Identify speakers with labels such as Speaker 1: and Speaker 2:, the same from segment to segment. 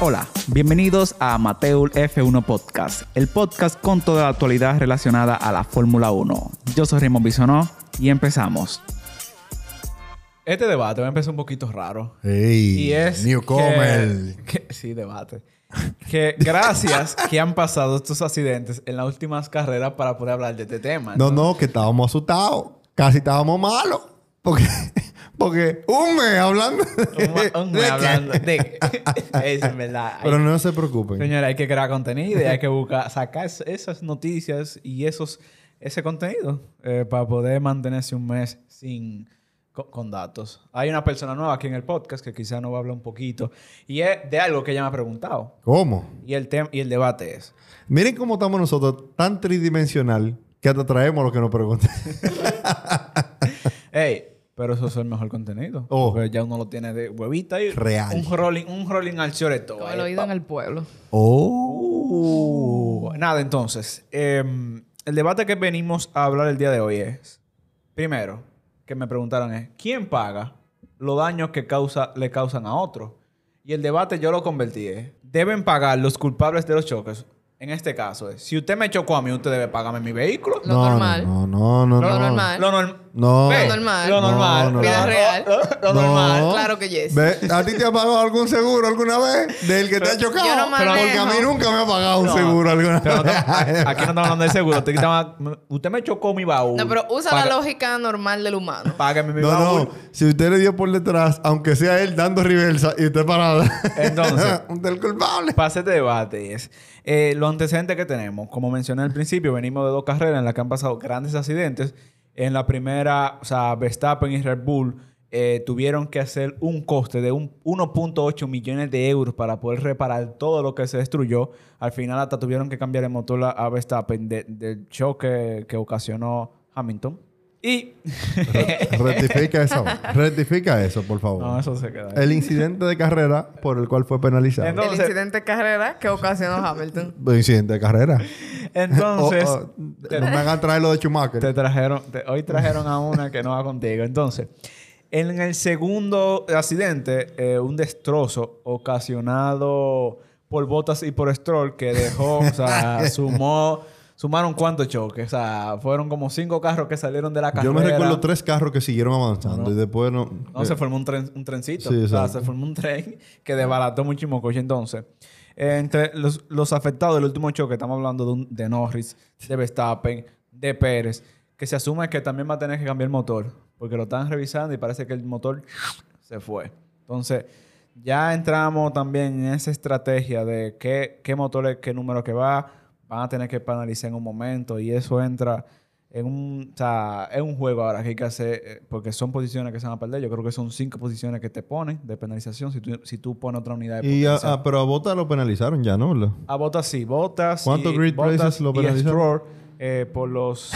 Speaker 1: Hola, bienvenidos a Amateur F1 Podcast, el podcast con toda la actualidad relacionada a la Fórmula 1. Yo soy Raymond Bisonó y empezamos. Este debate me empezó un poquito raro.
Speaker 2: Ey,
Speaker 1: Y es.
Speaker 2: Newcomer.
Speaker 1: que- que- sí, debate. Que gracias que han pasado estos accidentes en las últimas carreras para poder hablar de este tema.
Speaker 2: No, no, que estábamos asustados. Casi estábamos malos. Porque, porque un mes hablando.
Speaker 1: Un ma- un
Speaker 2: ¿De qué?
Speaker 1: hablando de. Eso es verdad.
Speaker 2: Pero no se preocupen.
Speaker 1: Señora, hay que crear contenido y hay que buscar, sacar es- esas noticias y esos, ese contenido eh, para poder mantenerse un mes sin, co- con, datos. Hay una persona nueva aquí en el podcast que quizá nos va a hablar un poquito y es de algo que ella me ha preguntado.
Speaker 2: ¿Cómo?
Speaker 1: Y el, tem- y el debate es,
Speaker 2: Miren cómo estamos nosotros tan tridimensional que hasta traemos lo que nos preguntan.
Speaker 1: hey, pero eso es el mejor contenido.
Speaker 2: Oh.
Speaker 1: Porque ya uno lo tiene de huevita y
Speaker 2: Real.
Speaker 1: un rolling, un rolling al choreto.
Speaker 3: Como
Speaker 1: Ahí,
Speaker 3: el oído
Speaker 1: pa-
Speaker 3: en el pueblo.
Speaker 2: Oh.
Speaker 1: Uh, Nada, entonces, em, el debate que venimos a hablar el día de hoy es, primero, que me preguntaron es, ¿quién paga los daños que causa, le causan a otro? Y el debate yo lo convertí, es, ¿deben pagar los culpables de los choques? En este caso, es, si usted me chocó a mí, usted debe pagarme mi vehículo.
Speaker 3: Lo normal.
Speaker 2: No, no, no, no.
Speaker 3: Lo
Speaker 2: no.
Speaker 3: normal.
Speaker 1: Lo, norm-
Speaker 2: No.
Speaker 1: Ve,
Speaker 3: Lo normal.
Speaker 1: Lo normal.
Speaker 2: No, no,
Speaker 3: Vida
Speaker 2: no.
Speaker 3: real.
Speaker 1: Lo
Speaker 2: No.
Speaker 1: normal.
Speaker 3: Claro que yes.
Speaker 2: Ve, ¿A ti te ha pagado algún seguro alguna vez? Del que te ha chocado.
Speaker 3: yo no manejo.
Speaker 2: Porque a mí nunca me ha pagado un
Speaker 1: No.
Speaker 2: seguro alguna
Speaker 1: Pero no-
Speaker 2: vez.
Speaker 1: aquí no estamos hablando de seguro. Usted, está- usted me chocó mi baúl.
Speaker 3: No, pero usa
Speaker 1: Paga-
Speaker 3: la lógica normal del humano.
Speaker 1: Págame mi
Speaker 2: No,
Speaker 1: baúl.
Speaker 2: no. Si usted le dio por detrás, aunque sea él dando reversa y usted parada.
Speaker 1: Entonces.
Speaker 2: usted es el culpable.
Speaker 1: Pase de debate es eh, los antecedentes que tenemos. Como mencioné al principio, venimos de dos carreras en las que han pasado grandes accidentes. En la primera, o sea, Verstappen y Red Bull eh, tuvieron que hacer un coste de un 1.8 millones de euros para poder reparar todo lo que se destruyó. Al final hasta tuvieron que cambiar el motor a- a Verstappen de- del choque que ocasionó Hamilton. Y...
Speaker 2: Rectifica eso. Rectifica eso, por favor.
Speaker 1: Eh. no, eso se queda. ahí.
Speaker 2: El incidente de carrera por el cual fue penalizado.
Speaker 1: Entonces-
Speaker 3: el incidente de carrera que ocasionó Hamilton.
Speaker 2: incidente de carrera.
Speaker 1: Entonces...
Speaker 2: Oh, oh, no me hagan traer lo de Schumacher.
Speaker 1: Te trajeron, te- hoy trajeron a una que no va contigo. Entonces, en el segundo accidente, eh, un destrozo ocasionado por botas y por Stroll que dejó, o sea, sumó, sumaron cuántos choques. O sea, fueron como cinco carros que salieron de la carrera.
Speaker 2: Yo me recuerdo tres carros que siguieron avanzando
Speaker 1: No, no.
Speaker 2: y después no.
Speaker 1: No, se formó un, tren- un trencito.
Speaker 2: Sí,
Speaker 1: o sea,
Speaker 2: exacto.
Speaker 1: se formó un tren que desbarató muchísimo coche. Entonces, eh, entre los, los afectados del último choque, estamos hablando de, un- de Norris, de Verstappen, de Pérez, que se asume que también va a tener que cambiar el motor, porque lo están revisando y parece que el motor se fue. Entonces, ya entramos también en esa estrategia de qué, qué motores, qué número que va, van a tener que penalizar en un momento y eso entra en un, o sea, es un juego ahora que hay que hacer, eh, porque son posiciones que se van a perder. Yo creo que son cinco posiciones que te ponen de penalización si tú, si tú pones otra unidad de
Speaker 2: Y a-
Speaker 1: potencia.
Speaker 2: a- pero a Bota lo penalizaron ya, ¿no? Lo-
Speaker 1: A botas sí, botas.
Speaker 2: ¿Cuántos grid
Speaker 1: Bottas
Speaker 2: places lo
Speaker 1: y
Speaker 2: penalizaron?
Speaker 1: Stroll, eh, por los.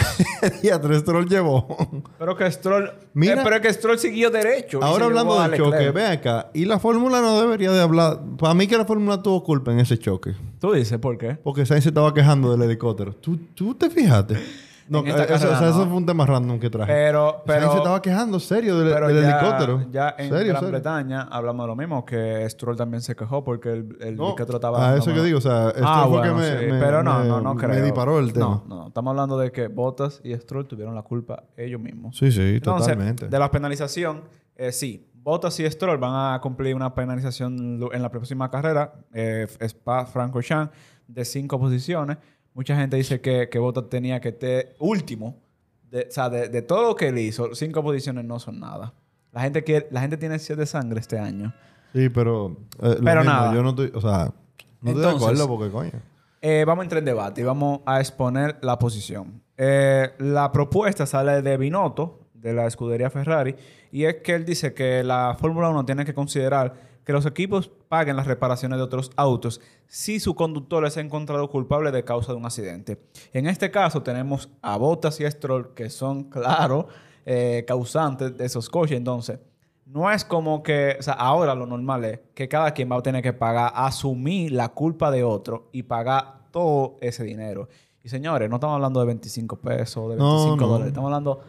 Speaker 2: y a tres Troll llevó.
Speaker 1: pero que Stroll.
Speaker 2: Mira.
Speaker 1: eh, pero es que Stroll siguió derecho. y se
Speaker 2: Ahora
Speaker 1: llevó
Speaker 2: hablando
Speaker 1: a
Speaker 2: del choque,
Speaker 1: Leclerc.
Speaker 2: ve acá. Y la fórmula no debería de hablar. Para mí que la fórmula tuvo culpa en ese choque.
Speaker 1: Tú dices, ¿por qué?
Speaker 2: Porque Sainz se estaba quejando del helicóptero. ¿Tú, tú te fijaste? No,
Speaker 1: En esta
Speaker 2: eh, eso,
Speaker 1: carrera
Speaker 2: o sea, eso
Speaker 1: no.
Speaker 2: fue un tema random que traje.
Speaker 1: Pero, pero.
Speaker 2: Sainz se estaba quejando serio del,
Speaker 1: Pero
Speaker 2: del
Speaker 1: ya,
Speaker 2: helicóptero.
Speaker 1: ya en
Speaker 2: serio,
Speaker 1: Gran
Speaker 2: serio.
Speaker 1: Bretaña hablamos de lo mismo, que Stroll también se quejó porque el, el
Speaker 2: No,
Speaker 1: helicóptero estaba...
Speaker 2: ah, eso
Speaker 1: no,
Speaker 2: que
Speaker 1: no.
Speaker 2: digo, o sea, esto
Speaker 1: Ah,
Speaker 2: fue
Speaker 1: bueno,
Speaker 2: que me,
Speaker 1: sí,
Speaker 2: me-
Speaker 1: pero no,
Speaker 2: me-
Speaker 1: no, no
Speaker 2: me
Speaker 1: creo.
Speaker 2: disparó el tema.
Speaker 1: No, no, estamos hablando de que Bottas y Stroll tuvieron la culpa ellos mismos.
Speaker 2: Sí, sí,
Speaker 1: Entonces,
Speaker 2: totalmente.
Speaker 1: de la penalización, eh, sí, Bottas y Stroll van a cumplir una penalización lu- en la próxima carrera, eh, Spa Francorchamps, de cinco posiciones. Mucha gente dice que, que Bottas tenía que estar último. De- o sea, de, de todo lo que él hizo, cinco posiciones no son nada. La gente, quiere- la gente tiene sed de sangre este año.
Speaker 2: Sí, pero... eh, lo
Speaker 1: Pero
Speaker 2: mismo,
Speaker 1: nada.
Speaker 2: Yo no estoy... O sea, no estoy de
Speaker 1: Entonces-
Speaker 2: acuerdo porque, coño...
Speaker 1: Eh, vamos a entrar en debate y vamos a exponer la posición. Eh, la propuesta sale de Binotto, de la escudería Ferrari, y es que él dice que la Fórmula 1 tiene que considerar que los equipos paguen las reparaciones de otros autos si su conductor es encontrado culpable de causa de un accidente. En este caso tenemos a Bottas y a Stroll, que son, claro, eh, causantes de esos coches. Entonces, no es como que, o sea, ahora lo normal es que cada quien va a tener que pagar, asumir la culpa de otro y pagar todo ese dinero. Y señores, no estamos hablando de 25 pesos, de 25
Speaker 2: No, no.
Speaker 1: dólares, estamos hablando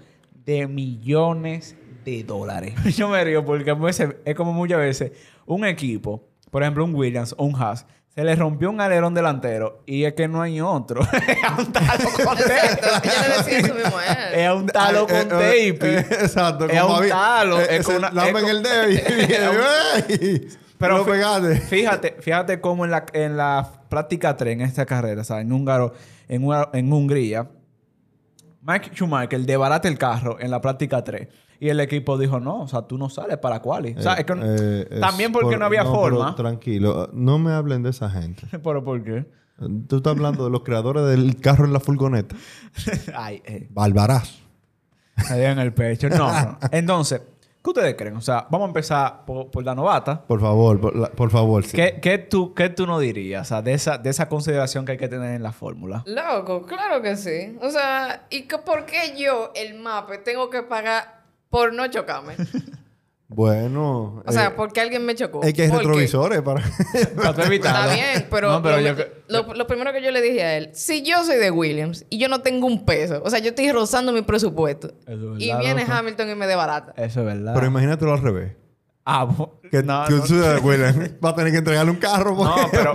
Speaker 1: de millones de dólares. Yo me río porque a veces es como muchas veces un equipo por ejemplo, un Williams o un Haas, se le rompió un alerón delantero y es que no hay otro. es un talo con
Speaker 3: Exacto.
Speaker 1: tape.
Speaker 3: Yo le decía eso mismo a él.
Speaker 1: Es un talo
Speaker 2: Eh,
Speaker 1: con
Speaker 2: eh, eh,
Speaker 1: tape.
Speaker 2: exacto.
Speaker 1: Es
Speaker 2: como
Speaker 1: un
Speaker 2: había-
Speaker 1: talo,
Speaker 2: eh,
Speaker 1: es
Speaker 2: se
Speaker 1: una-
Speaker 2: lamen
Speaker 1: es-
Speaker 2: el dedo y- y- y-
Speaker 1: Pero
Speaker 2: lo
Speaker 1: fí-
Speaker 2: pegaste.
Speaker 1: Fíjate, fíjate cómo en la, en la práctica 3, en esta carrera, o sea, en, húngaro, en, Húngaro- en Hungría, Mike Schumacher debarata el carro en la práctica 3. Y el equipo dijo, no, o sea, tú no sales para quali. O sea, es que-
Speaker 2: Eh, eh,
Speaker 1: también
Speaker 2: es
Speaker 1: porque
Speaker 2: por-
Speaker 1: no había
Speaker 2: pero
Speaker 1: forma.
Speaker 2: tranquilo, no me hablen de esa gente.
Speaker 1: ¿Pero por qué?
Speaker 2: Tú estás hablando de los creadores del carro en la furgoneta.
Speaker 1: Ay, eh,
Speaker 2: Barbaraz.
Speaker 1: me dio en el pecho. No, no. Entonces, ¿qué ustedes creen? O sea, vamos a empezar por, por la novata.
Speaker 2: Por favor, por, la- por favor. sí.
Speaker 1: ¿Qué, qué tú, ¿Qué tú no dirías? O sea, de esa, de esa consideración que hay que tener en la fórmula.
Speaker 3: Loco, claro que sí. O sea, ¿y que, por qué yo, el mape, tengo que pagar por no chocarme?
Speaker 2: Bueno.
Speaker 3: O
Speaker 2: eh,
Speaker 3: sea, porque alguien me chocó.
Speaker 2: es que hay
Speaker 3: ¿Por qué?
Speaker 2: retrovisores para.
Speaker 1: Para tú evitarlo.
Speaker 3: Está bien, pero,
Speaker 1: No, pero
Speaker 3: lo,
Speaker 1: yo que-
Speaker 3: lo- lo primero que yo le dije a él, si yo soy de Williams y yo no tengo un peso, o sea, yo estoy rozando mi presupuesto,
Speaker 1: Eso es
Speaker 3: y
Speaker 1: verdad,
Speaker 3: viene
Speaker 1: loco.
Speaker 3: Hamilton y me debarata.
Speaker 1: Eso es verdad.
Speaker 2: Pero imagínatelo al revés.
Speaker 1: Ah, bo-
Speaker 2: Que,
Speaker 1: Ah. no,
Speaker 2: que
Speaker 1: no.
Speaker 2: un ciudadano güey, va a tener que entregarle un carro.
Speaker 1: No,
Speaker 2: porque-
Speaker 1: pero,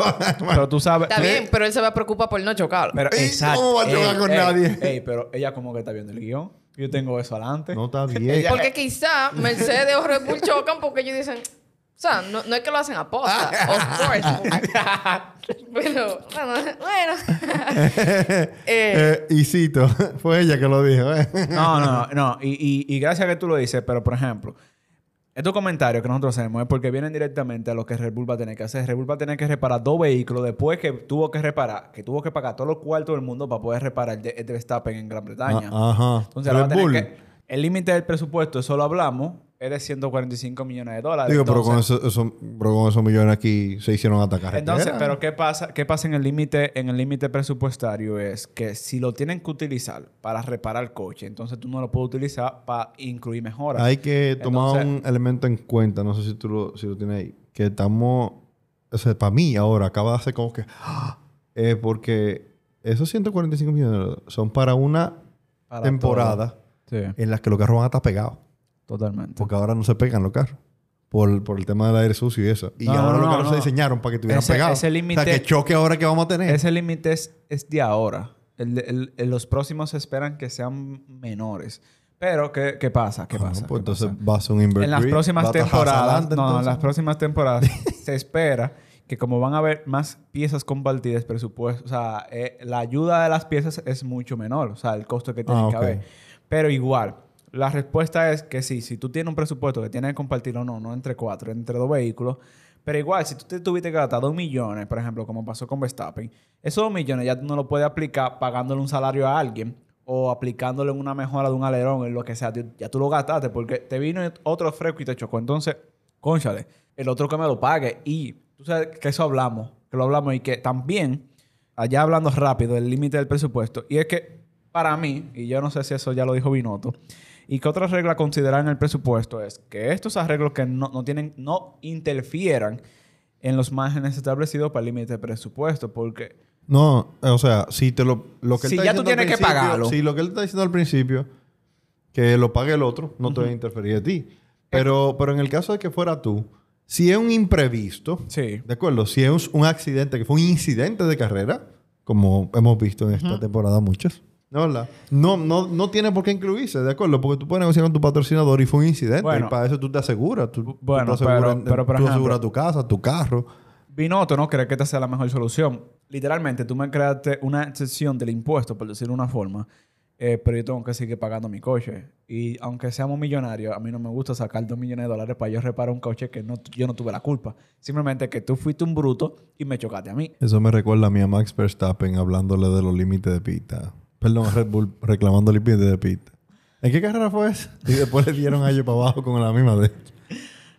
Speaker 1: pero tú sabes. eh,
Speaker 3: Está bien, pero él se va a preocupar por no chocar.
Speaker 1: Pero,
Speaker 2: Ey,
Speaker 1: exacto. eh,
Speaker 2: ¿cómo va a chocar con nadie?
Speaker 1: Ey, pero ella como que está viendo el guión. Yo tengo eso adelante.
Speaker 2: No está bien.
Speaker 3: Porque quizá Mercedes o Red Bull chocan porque ellos dicen, o sea, no, no es que lo hacen a posta,
Speaker 1: Ah.
Speaker 3: of course. pero, bueno, bueno.
Speaker 2: Eh,
Speaker 3: Eh,
Speaker 2: Isito, fue ella que lo dijo. ¿eh?
Speaker 1: No, no, no. no. Y, y- y gracias a que tú lo dices, pero por ejemplo, estos comentarios que nosotros hacemos es porque vienen directamente a lo que Red Bull va a tener que hacer. Red Bull va a tener que reparar dos vehículos después que tuvo que reparar, que tuvo que pagar todos los cuartos del mundo para poder reparar el de, el de Verstappen en Gran Bretaña.
Speaker 2: Ah, ajá.
Speaker 1: Entonces, ahora va a
Speaker 2: Red
Speaker 1: tener
Speaker 2: Bull.
Speaker 1: que- el límite del presupuesto, eso lo hablamos, es de 145 millones de dólares.
Speaker 2: Digo, pero
Speaker 1: Entonces-
Speaker 2: con, eso, eso- pero con esos millones aquí se hicieron atacar.
Speaker 1: Entonces, pero ¿qué pasa? ¿Qué pasa en el límite en el límite presupuestario? Es que si lo tienen que utilizar para reparar el coche, entonces tú no lo puedes utilizar para incluir mejoras.
Speaker 2: Hay que tomar
Speaker 1: Entonces-
Speaker 2: un elemento en cuenta, no sé si tú lo, si lo tienes ahí, que estamos, o sea, para mí ahora acaba de hacer como que, ¡ah! Eh, porque esos 145 millones de dólares son para una
Speaker 1: Para
Speaker 2: temporada
Speaker 1: todo. Sí,
Speaker 2: en la que los carros van a estar pegados,
Speaker 1: totalmente.
Speaker 2: porque ahora no se pegan los carros. Por, por el tema del aire sucio y eso. Y
Speaker 1: No,
Speaker 2: ahora
Speaker 1: no,
Speaker 2: los
Speaker 1: no,
Speaker 2: carros se
Speaker 1: no.
Speaker 2: diseñaron para que estuvieran
Speaker 1: Ese-
Speaker 2: pegados.
Speaker 1: ese límite-
Speaker 2: O sea, que choque ahora que vamos a tener.
Speaker 1: Ese límite es, es de ahora. El de- el- el- los próximos se esperan que sean menores. Pero, ¿qué, qué pasa? ¿Qué
Speaker 2: Ah,
Speaker 1: pasa?
Speaker 2: pues
Speaker 1: ¿Qué
Speaker 2: entonces
Speaker 1: pasa?
Speaker 2: va a ser un invertir.
Speaker 1: En las
Speaker 2: va
Speaker 1: próximas
Speaker 2: a tajar
Speaker 1: temporadas, no,
Speaker 2: adelante,
Speaker 1: no, en
Speaker 2: entonces.
Speaker 1: las próximas temporadas se espera que como van a haber más piezas compartidas, presupuesto, o sea, eh, la ayuda de las piezas es mucho menor, o sea, el costo que tiene
Speaker 2: Ah,
Speaker 1: que
Speaker 2: ok.
Speaker 1: haber. Pero igual, la respuesta es que sí, si tú tienes un presupuesto que tienes que compartirlo, no, no entre cuatro, entre dos vehículos. Pero igual, si tú te tuviste que gastar dos millones, por ejemplo, como pasó con Verstappen, esos dos millones ya tú no lo puedes aplicar pagándole un salario a alguien o aplicándole una mejora de un alerón, en lo que sea. Tú- Ya tú lo gastaste porque te vino otro fresco y te chocó. Entonces, cónchale, el otro que me lo pague. Y tú sabes que eso hablamos, que lo hablamos y que también, allá hablando rápido, el límite del presupuesto. Y es que para mí, y yo no sé si eso ya lo dijo Binotto, y que otra regla a considerar en el presupuesto es que estos arreglos que no, no tienen, no interfieran en los márgenes establecidos para el límite de presupuesto, porque
Speaker 2: No, eh, o sea, si te lo, lo que él
Speaker 1: Si
Speaker 2: está
Speaker 1: ya tú
Speaker 2: diciendo al
Speaker 1: tienes que
Speaker 2: principio-
Speaker 1: pagarlo.
Speaker 2: Si lo que él está diciendo al principio, que lo pague el otro, no te va a interferir a ti. Pero, pero en el caso de que fuera tú, si es un imprevisto,
Speaker 1: sí,
Speaker 2: ¿de acuerdo? Si es un accidente, que fue un incidente de carrera, como hemos visto en esta temporada muchos. ¿no es verdad? No, no, no tiene por qué incluirse, ¿de acuerdo? Porque tú puedes negociar con tu patrocinador y fue un incidente.
Speaker 1: Bueno.
Speaker 2: y para eso tú te aseguras. Tú, tú
Speaker 1: Bueno,
Speaker 2: te aseguras,
Speaker 1: pero- pero, por
Speaker 2: tú
Speaker 1: ejemplo-
Speaker 2: aseguras tu casa, tu carro.
Speaker 1: Binotto no cree que esta sea la mejor solución. Literalmente, tú me creaste una excepción del impuesto, por decirlo de una forma, eh, pero yo tengo que seguir pagando mi coche. Y aunque seamos millonarios, a mí no me gusta sacar dos millones de dólares para yo reparar un coche que no, yo no tuve la culpa. Simplemente que tú fuiste un bruto y me chocaste a mí.
Speaker 2: Eso me recuerda a mí a Max Verstappen hablándole de los límites de pista. Perdón, a Red Bull reclamando límites de pista. ¿En qué carrera fue eso? Y después le dieron a ellos para abajo con la misma de.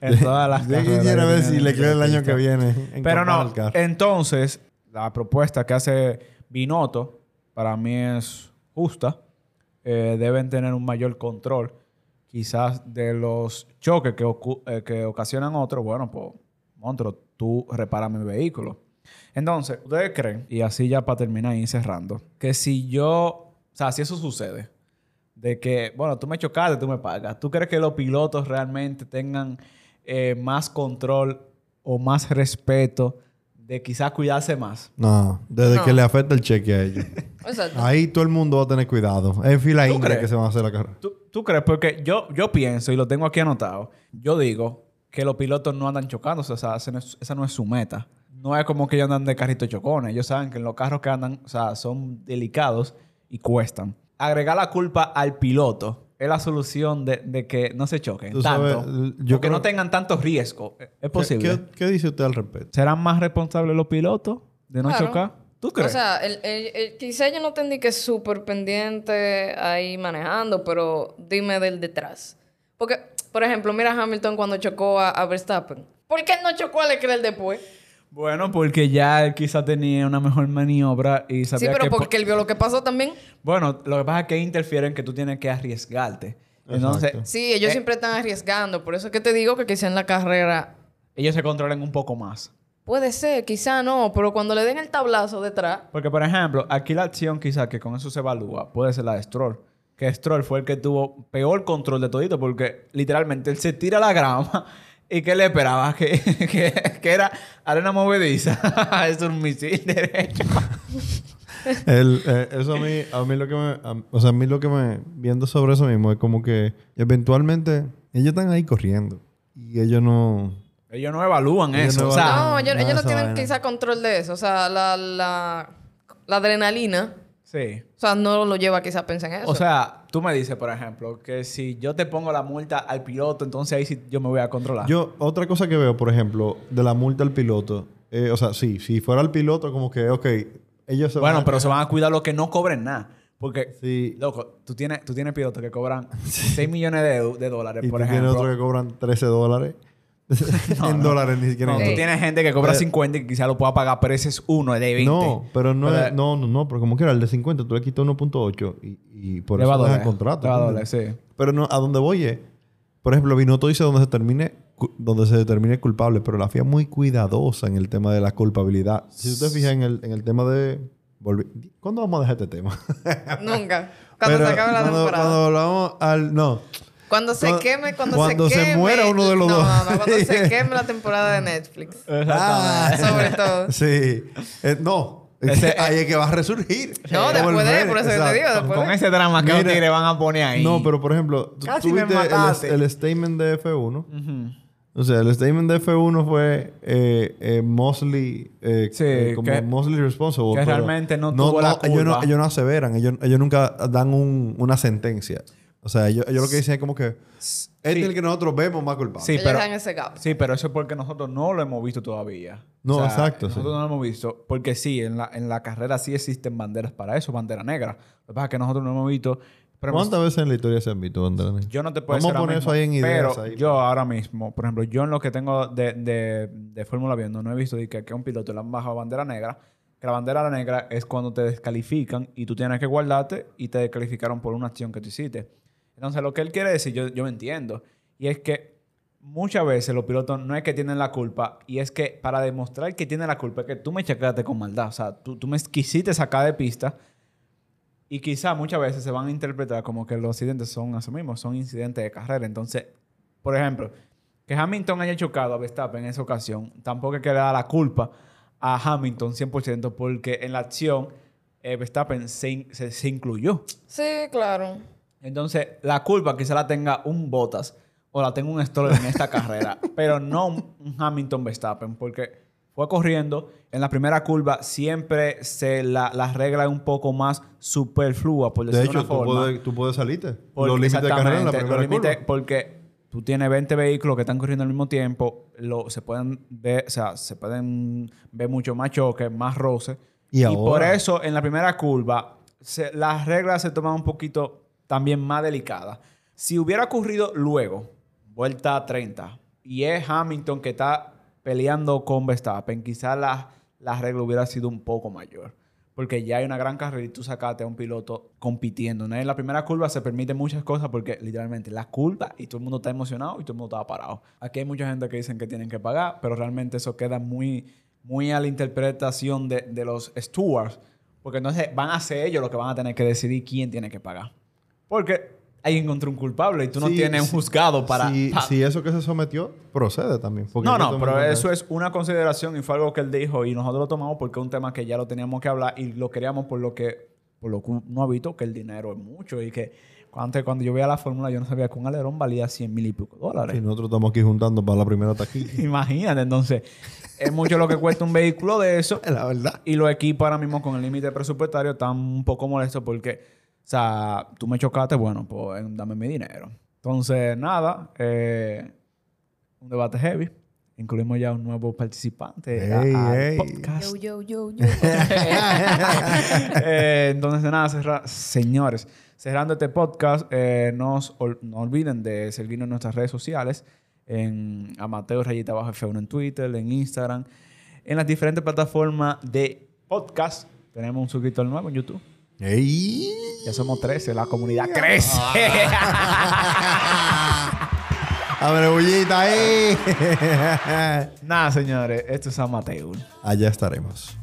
Speaker 1: En todas las
Speaker 2: Yo
Speaker 1: carreras
Speaker 2: quisiera
Speaker 1: que
Speaker 2: ver
Speaker 1: tiene
Speaker 2: si le creo el año
Speaker 1: pista.
Speaker 2: que viene. en
Speaker 1: Pero
Speaker 2: comprar
Speaker 1: no, eh,
Speaker 2: el carro.
Speaker 1: entonces, la propuesta que hace Binotto para mí es justa. Eh, deben tener un mayor control, quizás de los choques que, ocu- eh, que ocasionan otros. Bueno, pues, Montro, tú repara mi vehículo. Entonces, ¿ustedes creen? Y así ya para terminar y ir cerrando, que si yo, o sea, si eso sucede, de que, bueno, tú me chocaste, tú me pagas. ¿Tú crees que los pilotos realmente tengan eh, más control o más respeto de quizás cuidarse más.
Speaker 2: No, desde
Speaker 3: No.
Speaker 2: que le afecta el cheque a ellos.
Speaker 3: Exacto.
Speaker 2: Ahí todo el mundo va a tener cuidado. Es fila
Speaker 1: ¿Tú
Speaker 2: india
Speaker 1: crees?
Speaker 2: que se van a hacer la carrera.
Speaker 1: ¿Tú, tú crees? Porque yo, yo pienso, y lo tengo aquí anotado, yo digo que los pilotos no andan chocándose, o sea, ese no es- esa no es su meta. No es como que ellos andan de carrito chocones. Ellos saben que los carros que andan, o sea, son delicados y cuestan. Agregar la culpa al piloto es la solución de, de que no se choquen
Speaker 2: Tú sabes,
Speaker 1: tanto.
Speaker 2: l-
Speaker 1: yo
Speaker 2: yo
Speaker 1: que
Speaker 2: creo-
Speaker 1: no tengan tanto riesgo. Eh, Es
Speaker 2: ¿Qué,
Speaker 1: posible.
Speaker 2: qué- qué dice usted al respecto?
Speaker 1: ¿Serán más responsables los pilotos de no
Speaker 3: Claro.
Speaker 1: chocar? ¿Tú crees?
Speaker 3: O sea, el, el, el- quizá yo no tendí que súper pendiente ahí manejando, pero dime del detrás. Porque, por ejemplo, mira a Hamilton cuando chocó a, a Verstappen. ¿Por qué él no chocó a Leclerc después?
Speaker 1: bueno, porque ya él quizá tenía una mejor maniobra y
Speaker 3: Sí,
Speaker 1: sabía
Speaker 3: pero
Speaker 1: que... po-
Speaker 3: porque él vio lo que pasó también.
Speaker 1: Bueno, lo que pasa es que interfieren que tú tienes que arriesgarte. Entonces,
Speaker 2: Exacto.
Speaker 3: Sí, ellos
Speaker 1: Eh.
Speaker 3: siempre están arriesgando. Por eso que te digo que quizá en la carrera
Speaker 1: ellos se controlan un poco más.
Speaker 3: puede ser, quizá no, pero cuando le den el tablazo detrás,
Speaker 1: Porque, por ejemplo, aquí la acción quizá que con eso se evalúa puede ser la de Stroll. Que Stroll fue el que tuvo peor control de todito porque literalmente él se tira a la grama y que le esperaba que, que, que era arena movediza. es un misil derecho.
Speaker 2: El, eh, eso a mí, a mí lo que me, a- o sea, a mí lo que me, viendo sobre eso mismo, es como que eventualmente ellos están ahí corriendo y ellos no...
Speaker 1: Ellos no evalúan
Speaker 2: Ellos
Speaker 1: eso.
Speaker 2: no
Speaker 1: o sea,
Speaker 2: evalúan.
Speaker 3: no, ellos,
Speaker 2: no,
Speaker 3: ellos no
Speaker 2: esa
Speaker 3: tienen
Speaker 2: vaina.
Speaker 3: quizá control de eso. O sea, la, la, la adrenalina,
Speaker 1: sí.
Speaker 3: o sea, no lo lleva quizá a pensar en eso.
Speaker 1: O sea, tú me dices, por ejemplo, que si yo te pongo la multa al piloto, entonces ahí sí yo me voy a controlar.
Speaker 2: Yo, otra cosa que veo, por ejemplo, de la multa al piloto, eh, o sea, sí, si fuera al piloto, como que, ok, ellos se
Speaker 1: Bueno,
Speaker 2: van a-
Speaker 1: pero se van a cuidar los que no cobren nada. Porque,
Speaker 2: Sí.
Speaker 1: loco, tú tienes, tú tienes pilotos que cobran 6 millones de, eu- de dólares,
Speaker 2: Y
Speaker 1: por
Speaker 2: tú tienes otro
Speaker 1: ejemplo.
Speaker 2: que cobran 13 dólares. en dólares, ni siquiera
Speaker 1: No,
Speaker 2: en
Speaker 1: tú
Speaker 3: Sí.
Speaker 2: dólares.
Speaker 1: tienes gente que cobra
Speaker 2: Pero-
Speaker 1: 50 y quizás lo pueda pagar, pero ese es uno, el de 20.
Speaker 2: Eh. No, pero no,
Speaker 1: Pero-
Speaker 2: es- no, no, no, pero como quiera, el de 50 tú le quitas 1.8 y, y por
Speaker 1: Le
Speaker 2: eso
Speaker 1: va a
Speaker 2: dejan
Speaker 1: doler.
Speaker 2: contrato.
Speaker 1: Le va a
Speaker 2: ¿entiendes?
Speaker 1: doler, sí.
Speaker 2: Pero no, a donde voy es, por ejemplo, Binotto dice donde se termine, cu- donde se determine culpable, pero la FIA es muy cuidadosa en el tema de la culpabilidad. Si tú te fijas en el, en el tema de... volvi- ¿Cuándo vamos a dejar este tema?
Speaker 3: Nunca. Cuando
Speaker 2: Pero
Speaker 3: se acabe la
Speaker 2: cuando- Cuando
Speaker 3: temporada. Cuando,
Speaker 2: hablamos al... No.
Speaker 3: se
Speaker 2: cuando-
Speaker 3: queme, cuando,
Speaker 2: cuando
Speaker 3: se
Speaker 2: se
Speaker 3: queme.
Speaker 2: muera uno de los
Speaker 3: No,
Speaker 2: dos.
Speaker 3: No, no, cuando se queme la temporada de Netflix.
Speaker 2: Ah,
Speaker 3: Sobre todo.
Speaker 2: sí. Eh, no.
Speaker 1: Ese-
Speaker 2: Ahí es que va a resurgir.
Speaker 3: No,
Speaker 2: Va a
Speaker 3: después de,
Speaker 2: volver.
Speaker 3: por eso que te digo,
Speaker 2: Exacto.
Speaker 3: después
Speaker 1: Con
Speaker 3: de.
Speaker 1: ese drama que los
Speaker 2: Mira.
Speaker 1: tigres van a poner ahí.
Speaker 2: No, pero por ejemplo, tú,
Speaker 1: Casi
Speaker 2: tú
Speaker 1: me
Speaker 2: viste el-
Speaker 1: mataste.
Speaker 2: el, statement de F1.
Speaker 1: Ujú.
Speaker 2: O sea, el statement de F1 fue eh, eh, mostly, eh,
Speaker 1: Sí,
Speaker 2: eh, como
Speaker 1: que-
Speaker 2: mostly responsible.
Speaker 1: que
Speaker 2: pero
Speaker 1: realmente no tuvo la
Speaker 2: Ellos no,
Speaker 1: culpa.
Speaker 2: ellos no aseveran, ellos, ellos nunca dan un- una sentencia. O sea, ellos, ellos lo que dicen es como que este es el que nosotros vemos más culpable.
Speaker 1: Sí,
Speaker 3: Ellos
Speaker 1: pero-
Speaker 3: dejan ese gap.
Speaker 1: Sí, pero eso es porque nosotros no lo hemos visto todavía.
Speaker 2: No, exacto, sí.
Speaker 1: Nosotros no lo hemos visto porque sí, en la, en la carrera sí existen banderas para eso, bandera negra. Lo que pasa es que nosotros no hemos visto. Pero hemos-
Speaker 2: ¿Cuántas veces en la historia se han visto, Andrés?
Speaker 1: yo no te puedo
Speaker 2: Vamos
Speaker 1: decir
Speaker 2: a
Speaker 1: ahora
Speaker 2: poner eso
Speaker 1: mismo,
Speaker 2: ahí en ideas.
Speaker 1: Pero
Speaker 2: ahí.
Speaker 1: yo ahora mismo, por ejemplo, yo en lo que tengo de, de, de Fórmula viendo, no he visto de que, que a un piloto le han bajado bandera negra. Que la bandera negra es cuando te descalifican y tú tienes que guardarte y te descalificaron por una acción que tú hiciste. Entonces, lo que él quiere decir, yo, yo me entiendo. Y es que muchas veces los pilotos no es que tienen la culpa y es que para demostrar que tienen la culpa es que tú me chacaste con maldad. O sea, tú, tú me quisiste sacar de pista y quizá muchas veces se van a interpretar como que los accidentes son eso mismo, son incidentes de carrera. Entonces, por ejemplo, que Hamilton haya chocado a Verstappen en esa ocasión, tampoco es que le da la culpa a Hamilton 100% porque en la acción eh, Verstappen se, in- se- se incluyó.
Speaker 3: Sí, claro.
Speaker 1: Entonces, la culpa quizá la tenga un Bottas o la tenga un Stroll en esta carrera, pero no un un Hamilton Verstappen, porque fue corriendo. En la primera curva siempre se la, la regla es un poco más superflua, por decirlo de
Speaker 2: de hecho,
Speaker 1: una
Speaker 2: tú
Speaker 1: forma.
Speaker 2: puedes, tú puedes salirte.
Speaker 1: Porque-
Speaker 2: los límites de carrera en la
Speaker 1: exactamente,
Speaker 2: primera
Speaker 1: los límites-
Speaker 2: curva.
Speaker 1: Porque tú tienes 20 vehículos que están corriendo al mismo tiempo, lo, se pueden ver, o sea, se pueden ver mucho más choques, más roces.
Speaker 2: Y ahora-
Speaker 1: por eso en la primera curva se- las reglas se toman un poquito también más delicadas. Si hubiera ocurrido luego, vuelta 30, y es Hamilton que está peleando con Verstappen, quizás la, la regla hubiera sido un poco mayor. Porque ya hay una gran carrera y tú sacaste a un piloto compitiendo. ¿no? En la primera curva se permiten muchas cosas porque literalmente la curva y todo el mundo está emocionado y todo el mundo está parado. Aquí hay mucha gente que dicen que tienen que pagar, pero realmente eso queda muy, muy a la interpretación de, de los stewards. Porque entonces van a ser ellos los que van a tener que decidir quién tiene que pagar. Porque ahí encontró un culpable y tú no
Speaker 2: Sí,
Speaker 1: tienes un
Speaker 2: sí.
Speaker 1: juzgado para...
Speaker 2: Si,
Speaker 1: pa-
Speaker 2: si eso que se sometió procede también. porque
Speaker 1: no,
Speaker 2: hay que
Speaker 1: no,
Speaker 2: tomar en
Speaker 1: pero
Speaker 2: cuenta
Speaker 1: eso es una consideración y fue algo que él dijo y nosotros lo tomamos porque es un tema que ya lo teníamos que hablar y lo queríamos por lo que por lo que uno ha visto que el dinero es mucho y que antes cuando yo veía la fórmula yo no sabía que un alerón valía 100 mil y pico dólares.
Speaker 2: Sí, nosotros estamos aquí juntando para la primera taquilla.
Speaker 1: Imagínate, entonces, es mucho lo que cuesta un vehículo de eso.
Speaker 2: la verdad.
Speaker 1: Y los equipos ahora mismo con el límite presupuestario están un poco molestos porque, o sea, tú me chocaste, bueno, pues eh, dame mi dinero. Entonces, nada, eh, un debate heavy. Incluimos ya un nuevo participante a-
Speaker 2: Ey,
Speaker 1: al
Speaker 2: ey.
Speaker 1: podcast.
Speaker 3: Yo, yo, yo, yo.
Speaker 1: Eh, entonces, nada, cerra- señores, cerrando este podcast, eh, no, os ol- no olviden de seguirnos en nuestras redes sociales, en Amateo Rayita Bajo F1 en Twitter, en Instagram, en las diferentes plataformas de podcast. Tenemos un suscriptor nuevo en YouTube.
Speaker 2: ¡Ey!
Speaker 1: Ya somos 13, la comunidad crece.
Speaker 2: Ah. ¡A ver, bullita! ¡Eh!
Speaker 1: nada, señores, esto es Amateur.
Speaker 2: Allá estaremos.